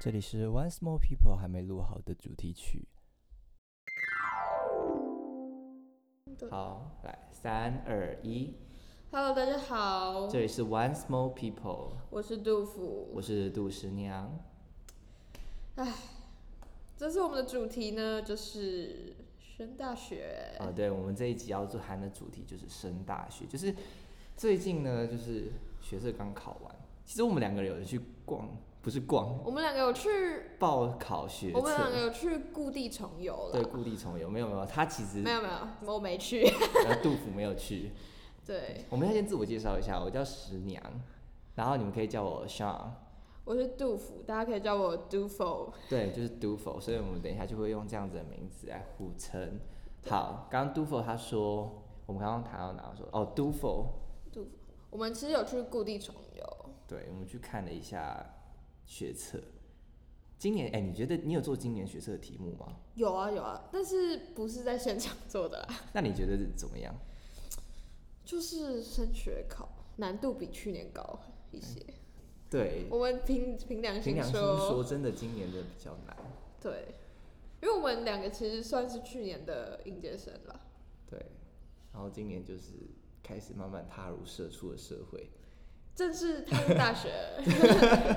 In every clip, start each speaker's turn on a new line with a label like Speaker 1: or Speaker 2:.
Speaker 1: 这里是 One Small People 还没录好的主题曲。
Speaker 2: 对
Speaker 1: 好，来三二一，
Speaker 2: Hello，大家好，
Speaker 1: 这里是 One Small People，
Speaker 2: 我是杜甫
Speaker 1: 我。是杜十娘。
Speaker 2: 这次我们的主题呢，就是升大学。
Speaker 1: 啊、对，我们这一集要做谈的主题就是升大学，就是最近呢，就是学测刚考完，其实我们两个人有去逛，不是逛，
Speaker 2: 我们两个有去，
Speaker 1: 报考学
Speaker 2: 我们两个
Speaker 1: 测。
Speaker 2: 有去故地重游
Speaker 1: 对，
Speaker 2: 了。
Speaker 1: 故地重游没有没有，他其实
Speaker 2: 没有没有，我 没去。
Speaker 1: 呃杜甫没有去。
Speaker 2: 对，
Speaker 1: 我们要先自我介绍一下，我叫十娘，然后你们可以叫我 Sean，
Speaker 2: 我是杜甫，大家可以叫我杜甫。
Speaker 1: 对，就是 Dufo，所以我们等一下就会用这样子的名字来互称。好，刚刚 Dufo 他说，我们刚刚谈到哪？我说哦，Dufo，
Speaker 2: 杜甫，我们其实有去故地重游。
Speaker 1: 对，我们去看了一下学测。今年，哎、你觉得你有做今年学测的题目吗？
Speaker 2: 有啊有啊，但是不是在现场做的啦，啊
Speaker 1: 那你觉得是怎么样？
Speaker 2: 就是升学考，难度比去年高一些。
Speaker 1: 对，
Speaker 2: 我们凭凭良
Speaker 1: 凭
Speaker 2: 心
Speaker 1: 良心说，真的，今年的比较难。
Speaker 2: 对，因为我们两个其实算是去年的应届生了。
Speaker 1: 对，然后今年就是开始慢慢踏入社畜的社会。
Speaker 2: 正式踏入 大学，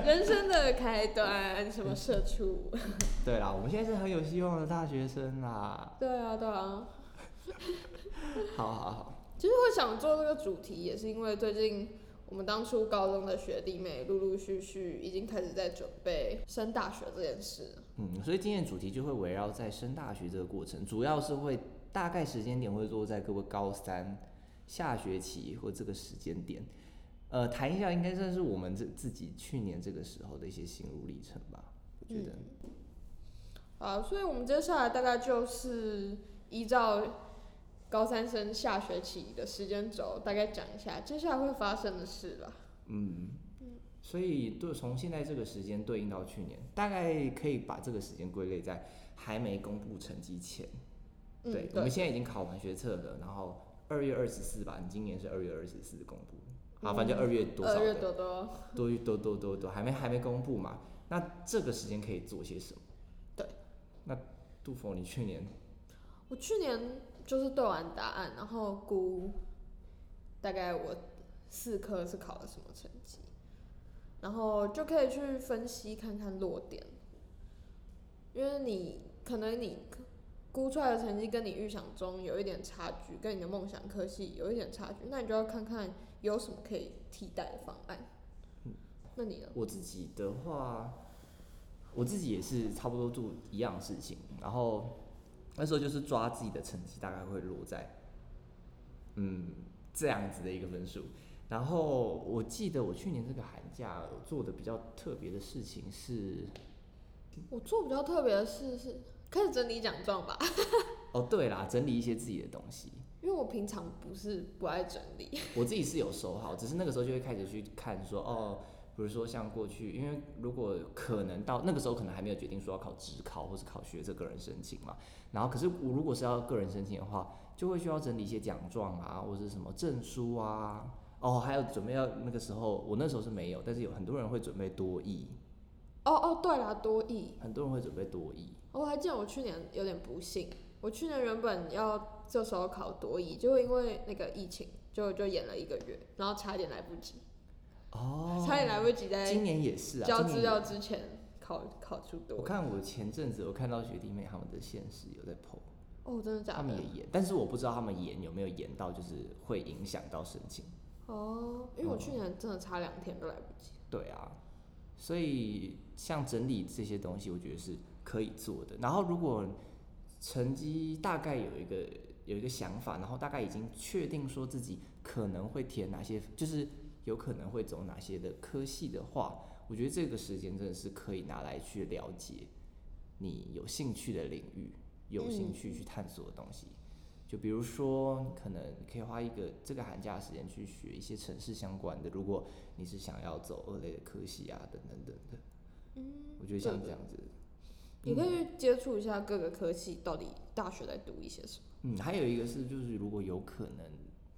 Speaker 2: 人生的开端，什么社畜？
Speaker 1: 对啦，我们现在是很有希望的大学生啦。
Speaker 2: 对啊，对啊。
Speaker 1: 好好好，
Speaker 2: 其实会想做这个主题，也是因为最近我们当初高中的学弟妹陆陆续续已经开始在准备升大学这件事。
Speaker 1: 嗯，所以今天的主题就会围绕在升大学这个过程，主要是会大概时间点会落在各位高三下学期或这个时间点。呃，谈一下应该算是我们这自己去年这个时候的一些心路历程吧，我觉得。
Speaker 2: 啊，所以我们接下来大概就是依照高三生下学期的时间轴，大概讲一下接下来会发生的事吧。
Speaker 1: 嗯，所以对从现在这个时间对应到去年，大概可以把这个时间归类在还没公布成绩前。
Speaker 2: 嗯，
Speaker 1: 对，我们现在已经考完学测了，然后二月二十四吧，你今年是二月二十四公布，啊，反正二月多少
Speaker 2: 嗯二月
Speaker 1: 的，
Speaker 2: 多多，
Speaker 1: 多多多多多，还没还没公布嘛。那这个时间可以做些什么？
Speaker 2: 对，
Speaker 1: 那杜甫，你去年
Speaker 2: 我去年就是对完答案，然后估大概我四科是考了什么成绩，然后就可以去分析看看落点，因为你可能你估出来的成绩跟你预想中有一点差距，跟你的梦想科系有一点差距，那你就要看看有什么可以替代的方案。那你呢？
Speaker 1: 我自己的话，我自己也是差不多做一样的事情，然后那时候就是抓自己的成绩，大概会落在嗯这样子的一个分数。然后我记得我去年这个寒假有做的比较特别的事情是，
Speaker 2: 我做比较特别的事是开始整理奖状吧，
Speaker 1: 哦对啦，整理一些自己的东西。
Speaker 2: 因为我平常不是不爱整理。
Speaker 1: 我自己是有收好，只是那个时候就会开始去看说，哦，比如说像过去，因为如果可能到那个时候可能还没有决定说要考职考或是考学这个人申请嘛，然后可是我如果是要个人申请的话，就会需要整理一些奖状啊，或者是什么证书啊，哦，还有准备要那个时候我那时候是没有，但是有很多人会准备多译，
Speaker 2: 哦哦，对啦，多益。
Speaker 1: 很多人会准备多译，
Speaker 2: 哦我还记得我去年有点不幸，我去年原本要这时候考多益，结果因为那个疫情，就就延了一个月，然后差点来不及，
Speaker 1: 哦，
Speaker 2: 差点来不及在
Speaker 1: 今年也是啊，
Speaker 2: 交
Speaker 1: 今
Speaker 2: 资
Speaker 1: 年也
Speaker 2: 料之前考考出
Speaker 1: 我
Speaker 2: 多益。
Speaker 1: 看我前阵子我看到学弟妹他们的现实有在 PO。
Speaker 2: 哦，真的假
Speaker 1: 他
Speaker 2: 的
Speaker 1: 们？也严，但是我不知道他们严有没有严到，就是会影响到申请。
Speaker 2: 哦，因为我去年真的差两天都来不及。嗯
Speaker 1: 对啊，所以像整理这些东西，我觉得是可以做的。然后如果成绩大概有一个有一个想法，然后大概已经确定说自己可能会填哪些，就是有可能会走哪些的科系的话，我觉得这个时间真的是可以拿来去了解你有兴趣的领域，有兴趣去探索的东西。就比如说，你可能可以花一个这个寒假的时间去学一些城市相关的，如果你是想要走二类的科系啊，等等等等。
Speaker 2: 嗯，
Speaker 1: 我觉得
Speaker 2: 对
Speaker 1: 像
Speaker 2: 的
Speaker 1: 这样子，
Speaker 2: 你可以去接触一下各个科系到底大学在读一些什么。
Speaker 1: 嗯，还有一个是，就是如果有可能，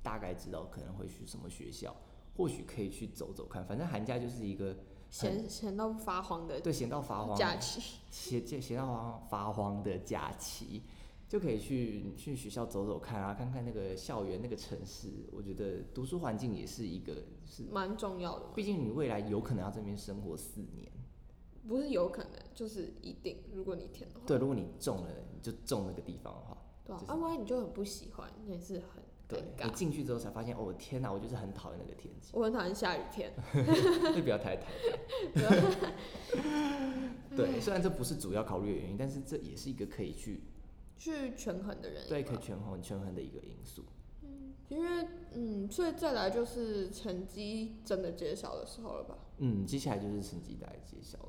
Speaker 1: 大概知道可能会去什么学校，或许可以去走走看。反正寒假就是一个
Speaker 2: 闲闲到发慌的
Speaker 1: 对，闲到哎发慌，
Speaker 2: 呃假期，
Speaker 1: 闲闲闲到发慌发慌的假期，就可以去去学校走走看啊，看看那个校园那个城市。我觉得读书环境也是一个是，
Speaker 2: 蛮重要的嘛。
Speaker 1: 毕竟你未来有可能要在这边生活四年。
Speaker 2: 不是有可能，就是一定。如果你填的话，
Speaker 1: 对，如果你中了，你就中那个地方的话，
Speaker 2: 对啊
Speaker 1: 就，是
Speaker 2: 啊，万一你就很不喜欢，那也是很尴
Speaker 1: 对你
Speaker 2: 尬。
Speaker 1: 进去之后才发现，哦天哪，我就是很讨厌那个天气，
Speaker 2: 我很讨厌下雨天，
Speaker 1: 就不要太太。对，虽然这不是主要考虑的原因，但是这也是一个可以去
Speaker 2: 去权衡的人
Speaker 1: 对
Speaker 2: 吧
Speaker 1: 可以权衡权衡的一个因素。
Speaker 2: 因为嗯，所以再来就是成绩真的揭晓的时候了吧？
Speaker 1: 嗯，接下来就是成绩大概揭晓了。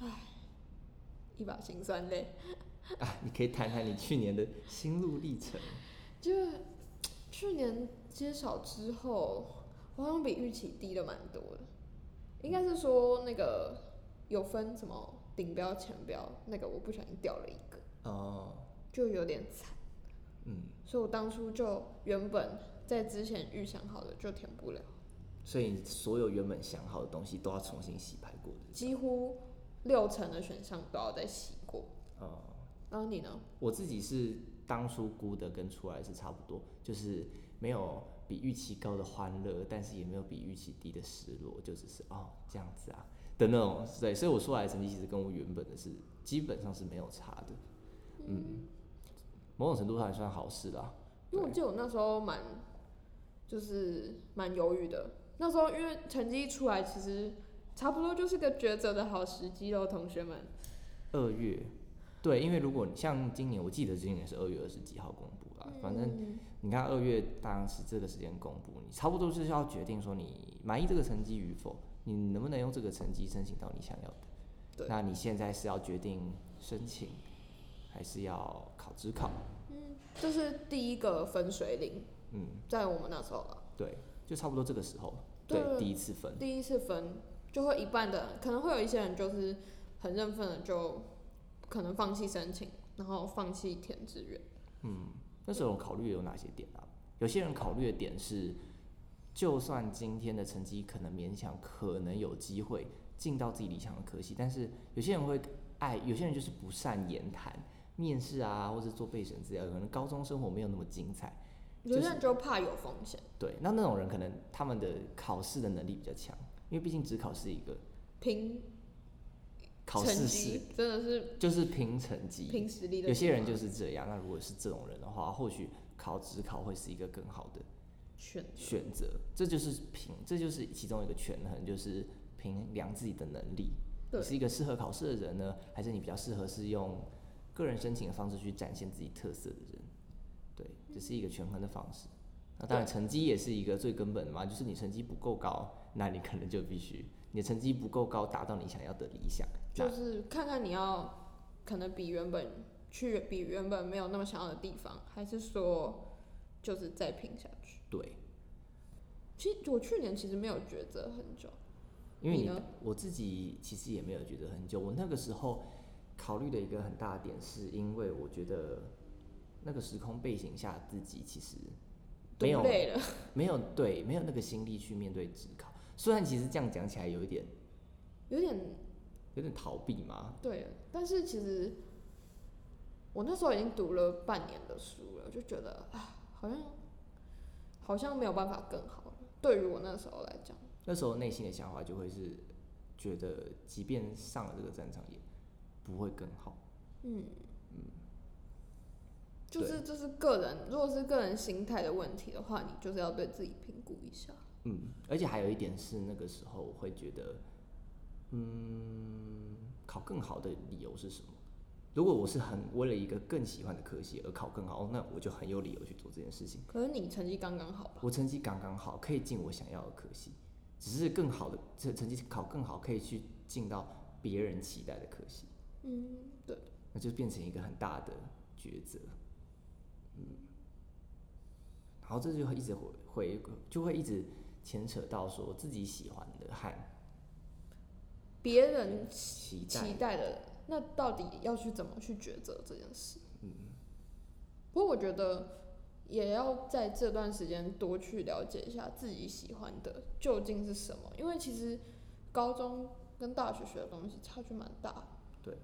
Speaker 2: 一把辛酸泪，
Speaker 1: 啊，你可以谈谈你去年的心路历程。
Speaker 2: 就去年揭晓之后，我好像比预期低了蛮多的。应该是说那个有分什么顶标、前标，那个我不小心掉了一个，
Speaker 1: 哦，
Speaker 2: 就有点惨。
Speaker 1: 嗯，
Speaker 2: 所以我当初就原本在之前预想好的就填不了，
Speaker 1: 所以你所有原本想好的东西都要重新洗牌过的。
Speaker 2: 几乎六成的选项都要再洗过。
Speaker 1: 哦，
Speaker 2: 然后你呢？
Speaker 1: 我自己是当初估的跟出来是差不多，就是没有比预期高的欢乐，但是也没有比预期低的失落，就只是哦这样子啊的那种。对，所以我出来的成绩其实跟我原本的是基本上是没有差的。嗯，某种程度上也算好事啦。
Speaker 2: 因为我记得我那时候蛮，就是蛮犹豫的。那时候因为成绩出来，其实差不多就是个抉择的好时机喽，同学们。
Speaker 1: 二月，对，因为如果像今年，我记得今年是二月二十几号公布啦。啊反正
Speaker 2: 嗯
Speaker 1: 你看二月当时这个时间公布，你差不多就是要决定说你满意这个成绩与否，你能不能用这个成绩申请到你想要的。
Speaker 2: 对
Speaker 1: 那你现在是要决定申请，还是要考职考？
Speaker 2: 嗯这是第一个分水岭，
Speaker 1: 嗯，
Speaker 2: 在我们那时候了，
Speaker 1: 对，就差不多这个时候，
Speaker 2: 对
Speaker 1: 第一次分，
Speaker 2: 第一次分就会一半的，可能会有一些人就是很认份的就可能放弃申请，然后放弃填志愿。
Speaker 1: 嗯，那时候我考虑有哪些点啊？有些人考虑的点是，就算今天的成绩可能勉强，可能有机会进到自己理想的科系，但是有些人会爱，有些人就是不善言谈，面试啊，或者做备审资料，可能高中生活没有那么精彩。
Speaker 2: 有些人就怕有风险，
Speaker 1: 对，那那种人可能他们的考试的能力比较强，因为毕竟只考是一个
Speaker 2: 凭
Speaker 1: 考
Speaker 2: 成
Speaker 1: 试是
Speaker 2: 绩真的是
Speaker 1: 就是拼成绩，
Speaker 2: 凭实力的。
Speaker 1: 有些人就是这样。那如果是这种人的话，或许考职考会是一个更好的
Speaker 2: 选择，
Speaker 1: 选择，这就是平，这就是其中一个权衡，就是衡量自己的能力，
Speaker 2: 对
Speaker 1: 你是一个适合考试的人呢，还是你比较适合是用个人申请的方式去展现自己特色的人？对，这是一个权衡的方式。那当然，成绩也是一个最根本的嘛，就是你成绩不够高，那你可能就必须你的成绩不够高，达到你想要的理想。那
Speaker 2: 就是看看你要可能比原本去比原本没有那么想要的地方，还是说就是再拼下去。
Speaker 1: 对，
Speaker 2: 其实我去年其实没有抉择很久，
Speaker 1: 因为
Speaker 2: 你
Speaker 1: 你
Speaker 2: 呢
Speaker 1: 我自己其实也没有觉得很久。我那个时候考虑的一个很大的点，是因为我觉得那个时空背景下自己其实
Speaker 2: 读
Speaker 1: 没有
Speaker 2: 累了，
Speaker 1: 没有对没有那个心力去面对职考。虽然其实这样讲起来有一点
Speaker 2: 有点
Speaker 1: 有点逃避嘛，
Speaker 2: 对，但是其实我那时候已经读了半年的书了，就觉得啊，好像好像没有办法更好了。对于我那时候来讲，
Speaker 1: 那时候内心的想法就会是觉得，即便上了这个战场，也不会更好。
Speaker 2: 就是这是个人，如果是个人心态的问题的话，你就是要对自己评估一下。
Speaker 1: 嗯，而且还有一点是，那个时候我会觉得，嗯，考更好的理由是什么？如果我是很为了一个更喜欢的科系而考更好，哦那我就很有理由去做这件事情。
Speaker 2: 可是你成绩刚刚好吧？
Speaker 1: 我成绩刚刚好，可以进我想要的科系，只是更好的成成绩考更好，可以去进到别人期待的科系，
Speaker 2: 嗯，对，
Speaker 1: 那就变成一个很大的抉择。嗯，然后这就会一直回回就会一直牵扯到说自己喜欢的和
Speaker 2: 别人
Speaker 1: 期待。
Speaker 2: 期待的，那到底要去怎么去抉择这件事？嗯，不过我觉得也要在这段时间多去了解一下自己喜欢的究竟是什么，因为其实高中跟大学学的东西差距蛮大的。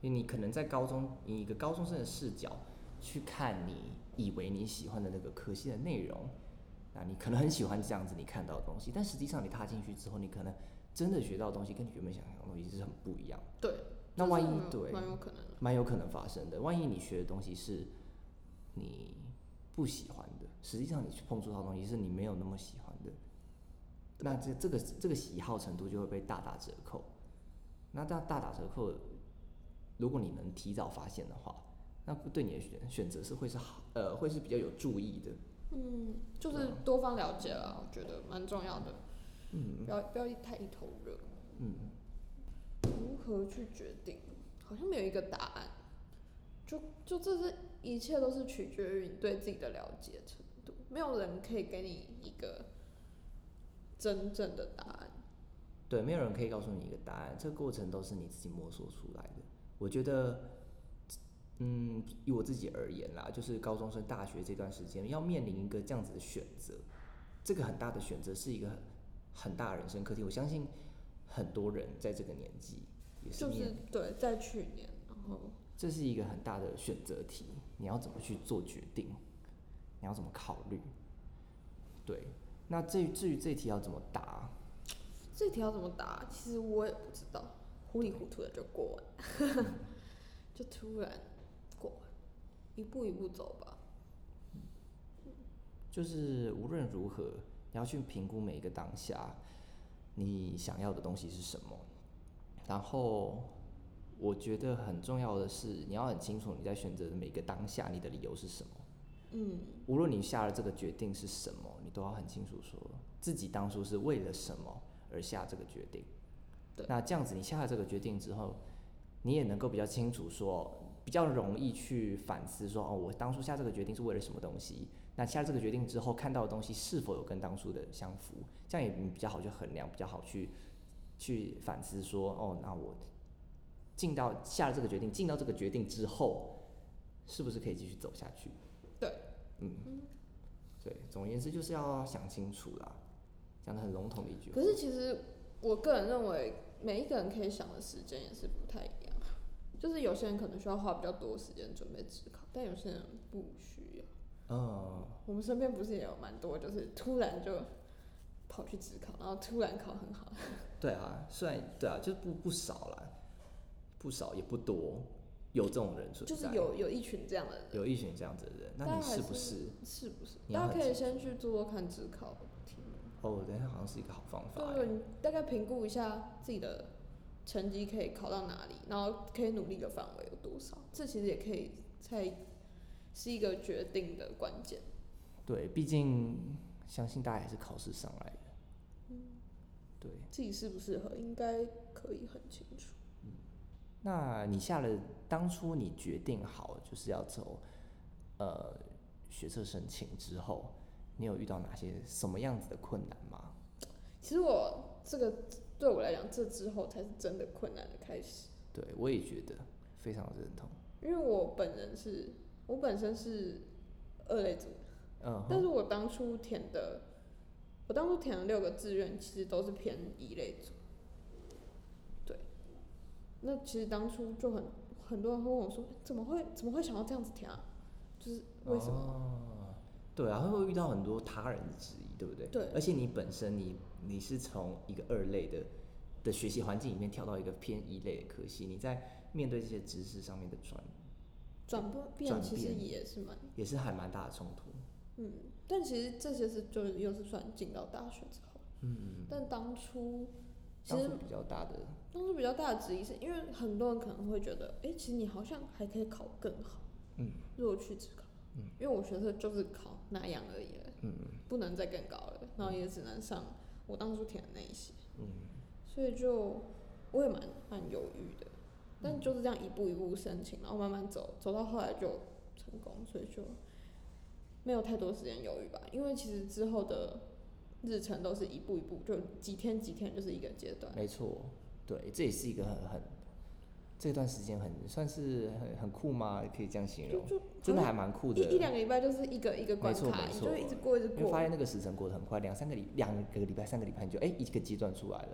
Speaker 1: 因为你可能在高中以一个高中生的视角去看你以为你喜欢的那个科系的内容，那你可能很喜欢这样子你看到的东西，但实际上你踏进去之后，你可能真的学到的东西跟你原本想象的东西是很不一样。
Speaker 2: 对，
Speaker 1: 那
Speaker 2: 就是
Speaker 1: 万一
Speaker 2: 蛮有
Speaker 1: 对
Speaker 2: 蛮有可能的。
Speaker 1: 蛮有可能发生的。万一你学的东西是你不喜欢的，实际上你去碰触到的东西是你没有那么喜欢的，那这这个这个喜好程度就会被大打折扣。那大大打折扣，如果你能提早发现的话，那对你的选选择是会是好，呃，会是比较有注意的。
Speaker 2: 嗯，就是
Speaker 1: 对啊
Speaker 2: 多方了解啦，我觉得蛮重要的，
Speaker 1: 嗯
Speaker 2: 不要不要一太一头热。
Speaker 1: 嗯，
Speaker 2: 如何去决定？好像没有一个答案，就就这是一切都是取决于你对自己的了解程度，没有人可以给你一个真正的答案。
Speaker 1: 对，没有人可以告诉你一个答案，这个过程都是你自己摸索出来的。我觉得，嗯，以我自己而言啦，就是高中生、大学这段时间要面临一个这样子的选择，这个很大的选择是一个很很大的人生课题。我相信很多人在这个年纪也是
Speaker 2: 就
Speaker 1: 面，
Speaker 2: 是对，在去年，然后
Speaker 1: 这是一个很大的选择题，你要怎么去做决定，你要怎么考虑？对，那至于至于这题要怎么答，
Speaker 2: 这题要怎么答？其实我也不知道，糊里糊涂的就过完， 就突然过完，一步一步走吧。
Speaker 1: 就是无论如何，你要去评估每一个当下，你想要的东西是什么。然后，我觉得很重要的是，你要很清楚你在选择的每个当下，你的理由是什么。
Speaker 2: 嗯，
Speaker 1: 无论你下了这个决定是什么，你都要很清楚说自己当初是为了什么而下这个决定。
Speaker 2: 对
Speaker 1: 那这样子你下了这个决定之后，你也能够比较清楚说，比较容易去反思说，哦，我当初下这个决定是为了什么东西？那下了这个决定之后看到的东西是否有跟当初的相符？这样也比较好去衡量，比较好去去反思说，哦，那我进到下了这个决定，进到这个决定之后，是不是可以继续走下去？
Speaker 2: 对，
Speaker 1: 嗯，对，总而言之就是要想清楚啦，讲的很笼统的一句话
Speaker 2: 可。是其实我个人认为，每一个人可以想的时间也是不太一样。就是有些人可能需要花比较多时间准备职考，但有些人不需要。
Speaker 1: 嗯，
Speaker 2: 我们身边不是也有蛮多，就是突然就跑去职考，然后突然考很好。
Speaker 1: 对啊，虽然对啊，就是不不少啦，不少也不多，有这种人存
Speaker 2: 就
Speaker 1: 在，
Speaker 2: 是有有一群这样的人，
Speaker 1: 有一群这样子的人，那
Speaker 2: 但
Speaker 1: 你
Speaker 2: 还
Speaker 1: 是不
Speaker 2: 是
Speaker 1: 是？
Speaker 2: 是不是？
Speaker 1: 你要
Speaker 2: 大家
Speaker 1: 很
Speaker 2: 可以先去做做看职考题目，
Speaker 1: 哦，等一下好像是一个好方法
Speaker 2: 对
Speaker 1: 欸。
Speaker 2: 对，你大概评估一下自己的成绩可以考到哪里，然后可以努力的范围有多少，这其实也可以才是一个决定的关键。
Speaker 1: 对，毕竟相信大家也是考试上来的。对，
Speaker 2: 自己适不适合，应该可以很清楚。
Speaker 1: 那你下了当初你决定好就是要走，呃，学测申请之后，你有遇到哪些什么样子的困难吗？
Speaker 2: 其实我这个对我来讲，这之后才是真的困难的开始，
Speaker 1: 对我也觉得非常认同。
Speaker 2: 因为我本人是，我本身是二类组，
Speaker 1: 嗯哼，
Speaker 2: 但是我当初填的，我当初填的六个志愿其实都是偏一类组。对，那其实当初就很很多人会问我说，怎么会怎么会想要这样子填啊？就是为什么？
Speaker 1: 哦对啊，会会遇到很多他人的质疑，对不对？
Speaker 2: 对
Speaker 1: 而且你本身你你是从一个二类的的学习环境里面跳到一个偏一类的科系，你在面对这些知识上面的转，
Speaker 2: 转不变
Speaker 1: 转
Speaker 2: 其实
Speaker 1: 变
Speaker 2: 也是蛮
Speaker 1: 也是还蛮大的冲突。
Speaker 2: 嗯，但其实这些是就是又是算进到大学之后，
Speaker 1: 嗯，
Speaker 2: 但当初其
Speaker 1: 当
Speaker 2: 实
Speaker 1: 初比较大的，
Speaker 2: 当初比较大的质疑是因为很多人可能会觉得，哎、其实你好像还可以考更好，
Speaker 1: 嗯，
Speaker 2: 如果去职考，
Speaker 1: 嗯，
Speaker 2: 因为我学测就是考那样而已了，
Speaker 1: 嗯
Speaker 2: 不能再更高了，然后也只能上我当初填的那一些，
Speaker 1: 嗯，
Speaker 2: 所以就我也蛮蛮犹豫的，但就是这样一步一步申请，然后慢慢走，走到后来就成功，所以就没有太多时间犹豫吧，因为其实之后的日程都是一步一步，就几天几天就是一个阶段，
Speaker 1: 没错，对，这也是一个很很这段时间很算是很很酷吗？可以这样形
Speaker 2: 就
Speaker 1: 容？
Speaker 2: 就
Speaker 1: 真的还蛮酷的。
Speaker 2: 一一两个礼拜就是一个一个关
Speaker 1: 没错
Speaker 2: 卡，
Speaker 1: 没
Speaker 2: 你
Speaker 1: 错
Speaker 2: 就一直过一直
Speaker 1: 因为发
Speaker 2: 过。
Speaker 1: 现那个时辰过得很快，两三个礼两个礼拜、三个礼拜，你就哎、一个阶段出来了。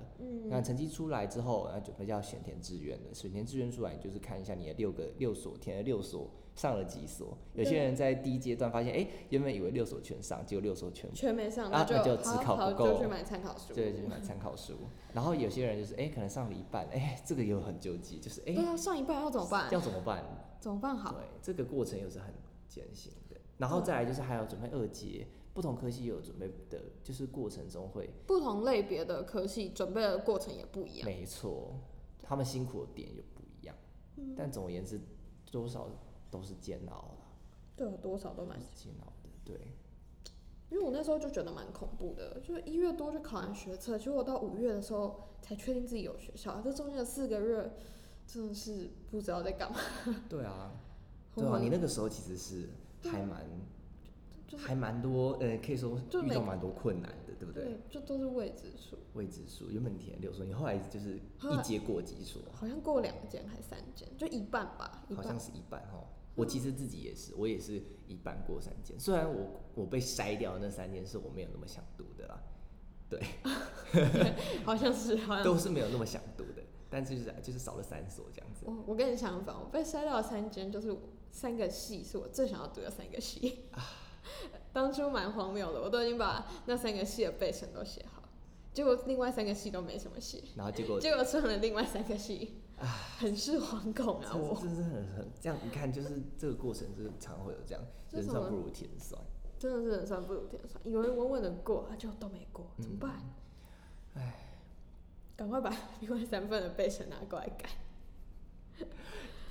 Speaker 1: 那
Speaker 2: 嗯，
Speaker 1: 成绩出来之后，那准备要选填志愿了。选填志愿出来，你就是看一下你的六个六所填了六所，上了几所。有些
Speaker 2: 对
Speaker 1: 人在第一阶段发现，哎、原本以为六所全上，结果六所全
Speaker 2: 全没上，
Speaker 1: 啊那就
Speaker 2: 好
Speaker 1: 只考
Speaker 2: 好
Speaker 1: 不够
Speaker 2: 就去买参考书。
Speaker 1: 对，就是买参考书。然后有些人就是哎、可能上了一半，哎、这个也很纠结，就是哎、
Speaker 2: 对啊，上一半要怎么办？
Speaker 1: 要怎么办？
Speaker 2: 怎么办好？嗯
Speaker 1: 对，这个过程又是很艰辛的。然后再来就是还有准备二阶，不同科系也有准备的，就是过程中会
Speaker 2: 不同类别的科系准备的过程也不一样。
Speaker 1: 没错，他们辛苦的点也不一样。
Speaker 2: 嗯
Speaker 1: 但总而言之，多少都是煎熬啦，
Speaker 2: 对啊，多少都
Speaker 1: 都
Speaker 2: 蛮
Speaker 1: 是，煎熬的。对，
Speaker 2: 因为我那时候就觉得蛮恐怖的，就是一月多就考完学测，结果我到五月的时候才确定自己有学校，这中间的四个月真的是不知道在干嘛。
Speaker 1: 对啊，
Speaker 2: 很
Speaker 1: 对啊，
Speaker 2: 恐
Speaker 1: 你
Speaker 2: 怖
Speaker 1: 那个时候其实是
Speaker 2: 对
Speaker 1: 还蛮
Speaker 2: 就是
Speaker 1: 还蛮多，呃，可以说
Speaker 2: 就
Speaker 1: 遇
Speaker 2: 每
Speaker 1: 到
Speaker 2: 个
Speaker 1: 蛮多困难的，对不对？
Speaker 2: 对，就都是未知数，
Speaker 1: 未知数，原本填六所，你后来就是
Speaker 2: 后
Speaker 1: 一
Speaker 2: 来
Speaker 1: 阶过几所，
Speaker 2: 好像过两间还三间，就一半吧，一
Speaker 1: 好像
Speaker 2: 半。
Speaker 1: 是一半哦。我其实自己也是，我也是一半过三间，虽然我我被筛掉的那三间是我没有那么想读的啦，
Speaker 2: 好像是，好像
Speaker 1: 都
Speaker 2: 是。
Speaker 1: 是没有那么想读的，但是就是就是少了三所这样子。
Speaker 2: 我我跟你相反，我被筛掉的三间，就是三个系是我最想要读的三个系。 当初蛮荒谬的，我都已经把那三个系的背程都写好，结果另外三个系都没什么写，
Speaker 1: 然后结果
Speaker 2: 结果上了另外三个系，很是惶恐啊！我
Speaker 1: 真是很很这样，你看就是这个过程，就是常会有这样，
Speaker 2: 这
Speaker 1: 人
Speaker 2: 什
Speaker 1: 算
Speaker 2: 么
Speaker 1: 不如甜酸。
Speaker 2: 真的是人算不如天算，以为稳稳的过，啊结果都没过，怎么办？
Speaker 1: 唉，
Speaker 2: 赶快把 另外三份的背程拿过来改，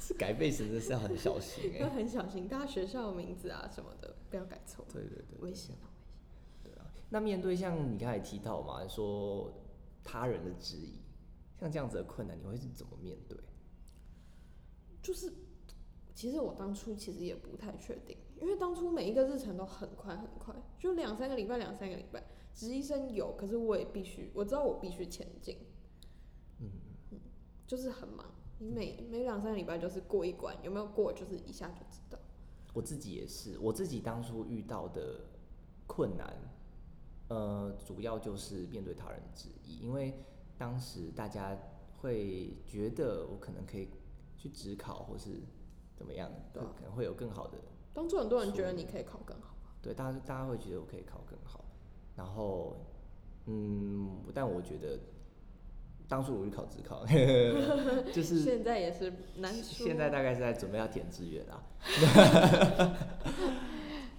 Speaker 1: 这改背神真是要很小心哎、
Speaker 2: 要 很小心，大家学校的名字啊什么的不要改错，
Speaker 1: 对对对，
Speaker 2: 危险啊！
Speaker 1: 对啊。那面对像你刚才提到嘛，说他人的质疑，像这样子的困难，你会是怎么面对？
Speaker 2: 就是，其实我当初其实也不太确定，因为当初每一个日程都很快很快，就两三个礼拜，两三个礼拜。实习生有，可是我也必须，我知道我必须前进。
Speaker 1: 嗯
Speaker 2: 就是很忙，你每每两三个礼拜就是过一关，有没有过就是一下就知道。
Speaker 1: 我自己也是，我自己当初遇到的困难，呃，主要就是面对他人的质疑，因为当时大家会觉得我可能可以去职考，或是怎么样，
Speaker 2: 对啊
Speaker 1: 可能会有更好的
Speaker 2: 当初很多人觉得你可以考更好，
Speaker 1: 对，大家大家会觉得我可以考更好，然后，嗯，但我觉得当初我去考职考， 就是
Speaker 2: 现在也是难说。
Speaker 1: 现在大概是在准备要填志愿 啊，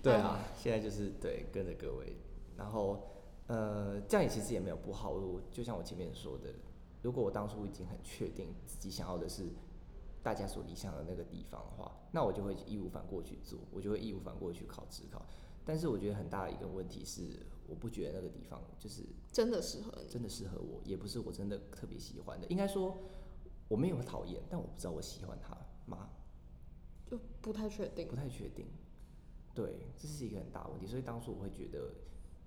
Speaker 1: 对啊，
Speaker 2: 嗯
Speaker 1: 现在就是对跟着各位，然后呃，这样也其实也没有不好，我就像我前面说的，如果我当初已经很确定自己想要的是大家所理想的那个地方的话，那我就会义无反顾去做，我就会义无反顾去考职考。但是我觉得很大的一个问题是，我不觉得那个地方就是
Speaker 2: 真的适合你，
Speaker 1: 真的适合我，也不是我真的特别喜欢的。应该说我没有讨厌，但我不知道我喜欢它吗？
Speaker 2: 就不太确定
Speaker 1: 不。太确定。对，这是一个很大的问题，所以当初我会觉得，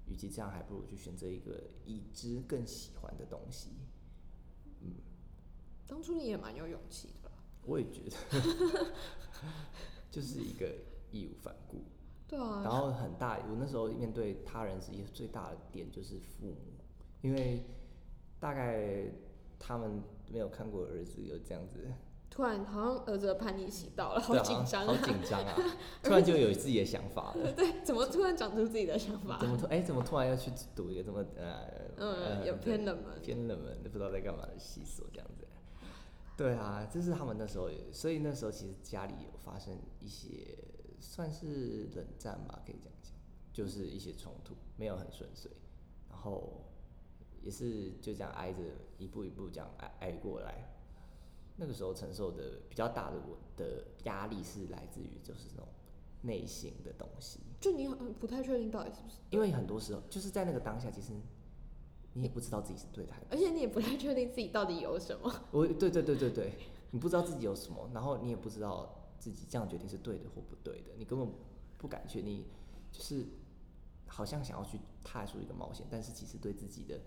Speaker 1: 与其这样，还不如去选择一个已知更喜欢的东西。
Speaker 2: 当初你也蛮有勇气的啦。
Speaker 1: 我也觉得， 就是一个义无反顾。
Speaker 2: 对啊，
Speaker 1: 然后很大，我那时候面对他人是一个最大的点就是父母，因为大概他们没有看过儿子有这样子，
Speaker 2: 突然好像儿子的叛逆期到了，好
Speaker 1: 对啊
Speaker 2: 紧张
Speaker 1: 好
Speaker 2: 啊！
Speaker 1: 紧张 啊！突然就有自己的想法了，
Speaker 2: 对， 怎么突然讲出自己的想法
Speaker 1: 怎？么突哎、怎么突然要去读一个这么呃
Speaker 2: 嗯，
Speaker 1: 呃
Speaker 2: 有
Speaker 1: 对
Speaker 2: 偏冷门。
Speaker 1: 偏冷门，不知道在干嘛的细说这样子。对啊，这是他们那时候也，所以那时候其实家里有发生一些算是冷战吧，可以这样讲，就是一些冲突，没有很顺遂，然后也是就这样挨着一步一步这样挨挨过来。那个时候承受的比较大的我的压力是来自于就是那种内心的东西，
Speaker 2: 就你好像不太确定到底是不是，
Speaker 1: 因为很多时候就是在那个当下，其实你也不知道自己是对的还是
Speaker 2: 而且你也不太确定自己到底有什么。
Speaker 1: 我对对对对对，你不知道自己有什么，然后你也不知道自己这样决定是对的或不对的，你根本不敢去，你就是好像想要去踏出一个冒险，但是其实对自己的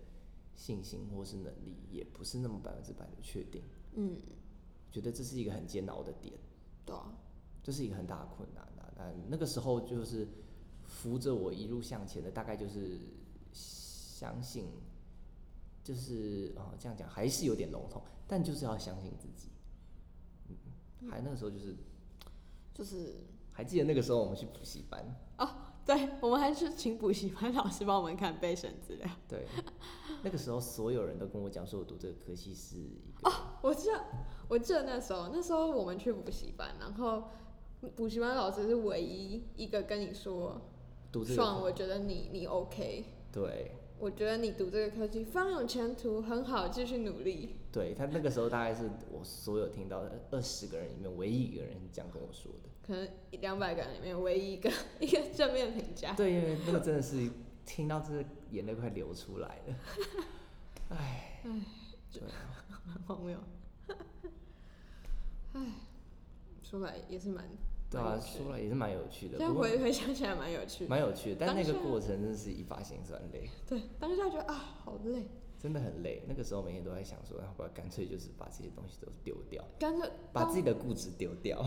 Speaker 1: 信心或是能力也不是那么百分之百的确定，
Speaker 2: 嗯，
Speaker 1: 觉得这是一个很煎熬的点。
Speaker 2: 对啊，
Speaker 1: 这是一个很大的困难啊。那那个时候就是扶着我一路向前的，大概就是相信，就是哦这样讲还是有点笼统，但就是要相信自己。嗯，还那个时候就是
Speaker 2: 就是
Speaker 1: 还记得那个时候我们去补习班，
Speaker 2: 对， 我们还是请补习班老师帮我们看备审资料。
Speaker 1: 对，那个时候所有人都跟我讲说，我读这个科系是一个
Speaker 2: 我记得，我记得那时候，那时候我们去补习班，然后补习班老师是唯一一个跟你说，
Speaker 1: 读这个
Speaker 2: 爽，
Speaker 1: 科
Speaker 2: 我觉得你你 OK，
Speaker 1: 对
Speaker 2: 我觉得你读这个科技非常有前途，很好，继续努力。
Speaker 1: 对，他那个时候大概是我所有听到的二十个人里面唯一一个人这样跟我说的。
Speaker 2: 可能两百个人里面唯一一个一个正面评价。
Speaker 1: 对，因为那个真的是听到，真的眼泪快流出来了。唉，对啊，
Speaker 2: 很荒谬。 唉，说来也是蛮……
Speaker 1: 对啊，
Speaker 2: 蛮有趣的啊
Speaker 1: 说来也是蛮有趣
Speaker 2: 现
Speaker 1: 的，
Speaker 2: 在
Speaker 1: 不过
Speaker 2: 回回想起来蛮有趣的。
Speaker 1: 蛮有趣的，但
Speaker 2: 当
Speaker 1: 那个
Speaker 2: 下
Speaker 1: 过程真的是一发辛酸泪，
Speaker 2: 对，当下觉得啊，好累，
Speaker 1: 真的很累。那个时候每天都在想说，要不要干脆就是把这些东西都丢掉，
Speaker 2: 干脆
Speaker 1: 把自
Speaker 2: 己，
Speaker 1: 己的固执丢掉。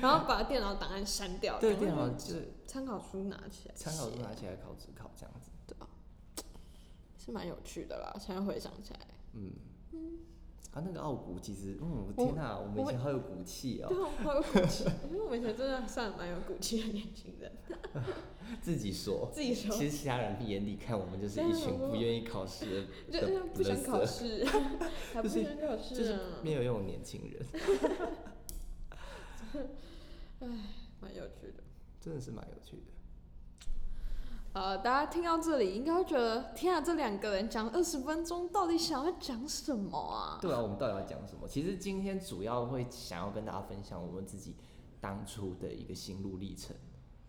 Speaker 2: 然后把电脑档案删掉，
Speaker 1: 对，
Speaker 2: 然后
Speaker 1: 电脑
Speaker 2: 就
Speaker 1: 就是
Speaker 2: 参考书拿起来，
Speaker 1: 参考书拿起来考只考这样子。
Speaker 2: 是蛮有趣的啦。现在回想起来，
Speaker 1: 嗯，啊，那个傲骨其实，嗯，
Speaker 2: 我
Speaker 1: 天哪、我们以前好有骨气哦、
Speaker 2: 对，啊我好有骨气，因为我们以前真的算蛮有骨气的年轻人，
Speaker 1: 自己 说。
Speaker 2: 自己说
Speaker 1: 其实其他人闭眼里看我们就是一群不愿意考试
Speaker 2: 啊就
Speaker 1: 的
Speaker 2: 是不想考
Speaker 1: 垃圾
Speaker 2: 试，还不
Speaker 1: 就是
Speaker 2: 想考
Speaker 1: 就
Speaker 2: 试
Speaker 1: 是
Speaker 2: 啊，
Speaker 1: 没有用的年轻人，
Speaker 2: 蛮有趣的。
Speaker 1: 真的是蛮有趣的。
Speaker 2: 呃，大家听到这里应该会觉得，天啊，这两个人讲二十分钟，到底想要讲什么啊？
Speaker 1: 对啊，我们到底要讲什么？其实今天主要会想要跟大家分享我们自己当初的一个心路历程，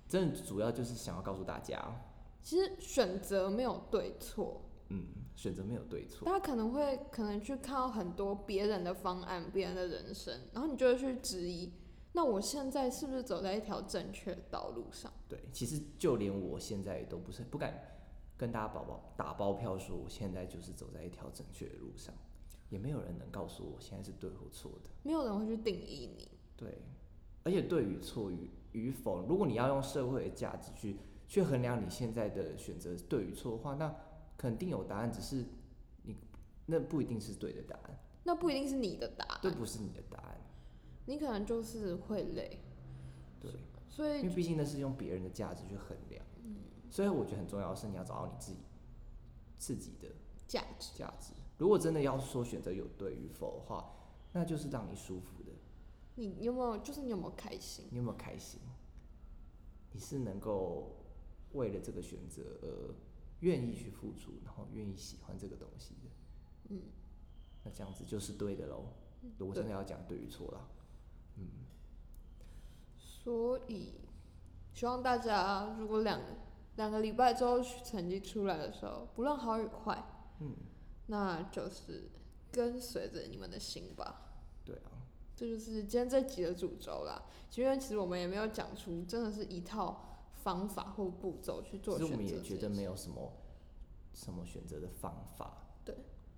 Speaker 1: 真的主要就是想要告诉大家，
Speaker 2: 其实选择没有对错，
Speaker 1: 嗯，选择没有对错，
Speaker 2: 大家可能会可能去看到很多别人的方案、别人的人生，然后你就会去质疑，那我现在是不是走在一条正确的道路上？
Speaker 1: 对，其实就连我现在都不是不敢跟大家宝宝打包票说，我现在就是走在一条正确的路上，也没有人能告诉我现在是对或错的。
Speaker 2: 没有人会去定义你。
Speaker 1: 对，而且对与错与与否，如果你要用社会的价值去去衡量你现在的选择对与错的话，那肯定有答案，只是你那不一定是对的答案，
Speaker 2: 那不一定是你的答案，
Speaker 1: 对不是你的答案，
Speaker 2: 你可能就是会累，
Speaker 1: 对，
Speaker 2: 所以
Speaker 1: 因为毕竟那是用别人的价值去衡量，所以我觉得很重要的是你要找到你自己自己的
Speaker 2: 价值
Speaker 1: 价值。如果真的要说选择有对与否的话，那就是让你舒服的，
Speaker 2: 你你有没有就是你有没有开心？
Speaker 1: 你有没有开心？你是能够为了这个选择而愿意去付出，然后愿意喜欢这个东西的，嗯，那这样子就是对的喽。
Speaker 2: 嗯
Speaker 1: 如果真的要讲对与错啦，
Speaker 2: 所以希望大家如果两两个礼拜之后成绩出来的时候，不论好与坏，
Speaker 1: 嗯，
Speaker 2: 那就是跟随着你们的心吧。
Speaker 1: 对啊，
Speaker 2: 这就是今天这集的主轴啦。因为其实我们也没有讲出真的是一套方法或步骤去
Speaker 1: 其
Speaker 2: 做
Speaker 1: 实
Speaker 2: 选
Speaker 1: 我
Speaker 2: 择
Speaker 1: 们
Speaker 2: 这件事。
Speaker 1: 也觉得没有什么什么选择的方法，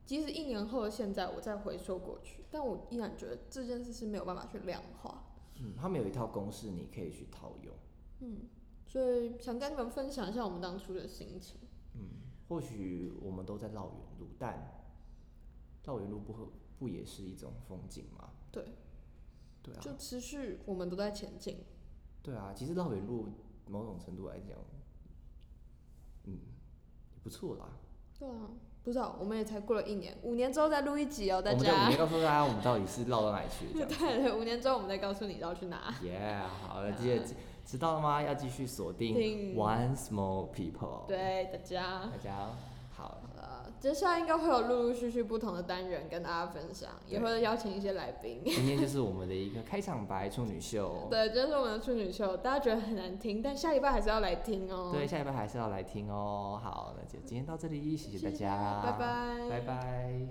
Speaker 2: 即使一年后的现在，我再回溯过去，但我依然觉得这件事是没有办法去量化。
Speaker 1: 嗯，他们有一套公式你可以去套用。
Speaker 2: 嗯所以想跟你们分享一下我们当初的心情。
Speaker 1: 或许我们都在绕远路，但绕远路不会不也是一种风景吗？
Speaker 2: 对，
Speaker 1: 对啊，
Speaker 2: 就持续我们都在前进。
Speaker 1: 对啊。其实绕远路某种程度来讲，嗯，也不错啦。
Speaker 2: 对啊，不知道我们也才过了一年，五年之后再录一集哦，
Speaker 1: 我
Speaker 2: 大
Speaker 1: 们在五
Speaker 2: 家
Speaker 1: 年。告诉大家我们到底是绕到哪里去
Speaker 2: 对
Speaker 1: 的，
Speaker 2: 对，五年之后我们再告诉你要去哪。
Speaker 1: 这样。Yeah，好了，记得记知道了吗？要继续锁定
Speaker 2: 定
Speaker 1: One Small People。，
Speaker 2: 对，啊大家。
Speaker 1: 大家好，
Speaker 2: 呃，接下来应该会有陆陆续续不同的单元跟大家分享，也
Speaker 1: 对
Speaker 2: 会邀请一些来宾。
Speaker 1: 今天就是我们的一个开场白处女秀。
Speaker 2: 对，这是我们的处女秀，大家觉得很难听，但下礼拜还是要来听哦。
Speaker 1: 对，，下礼拜还是要来听哦。好，那就今天到这里，谢
Speaker 2: 谢
Speaker 1: 谢大
Speaker 2: 大家
Speaker 1: 家，
Speaker 2: 拜拜
Speaker 1: 拜拜。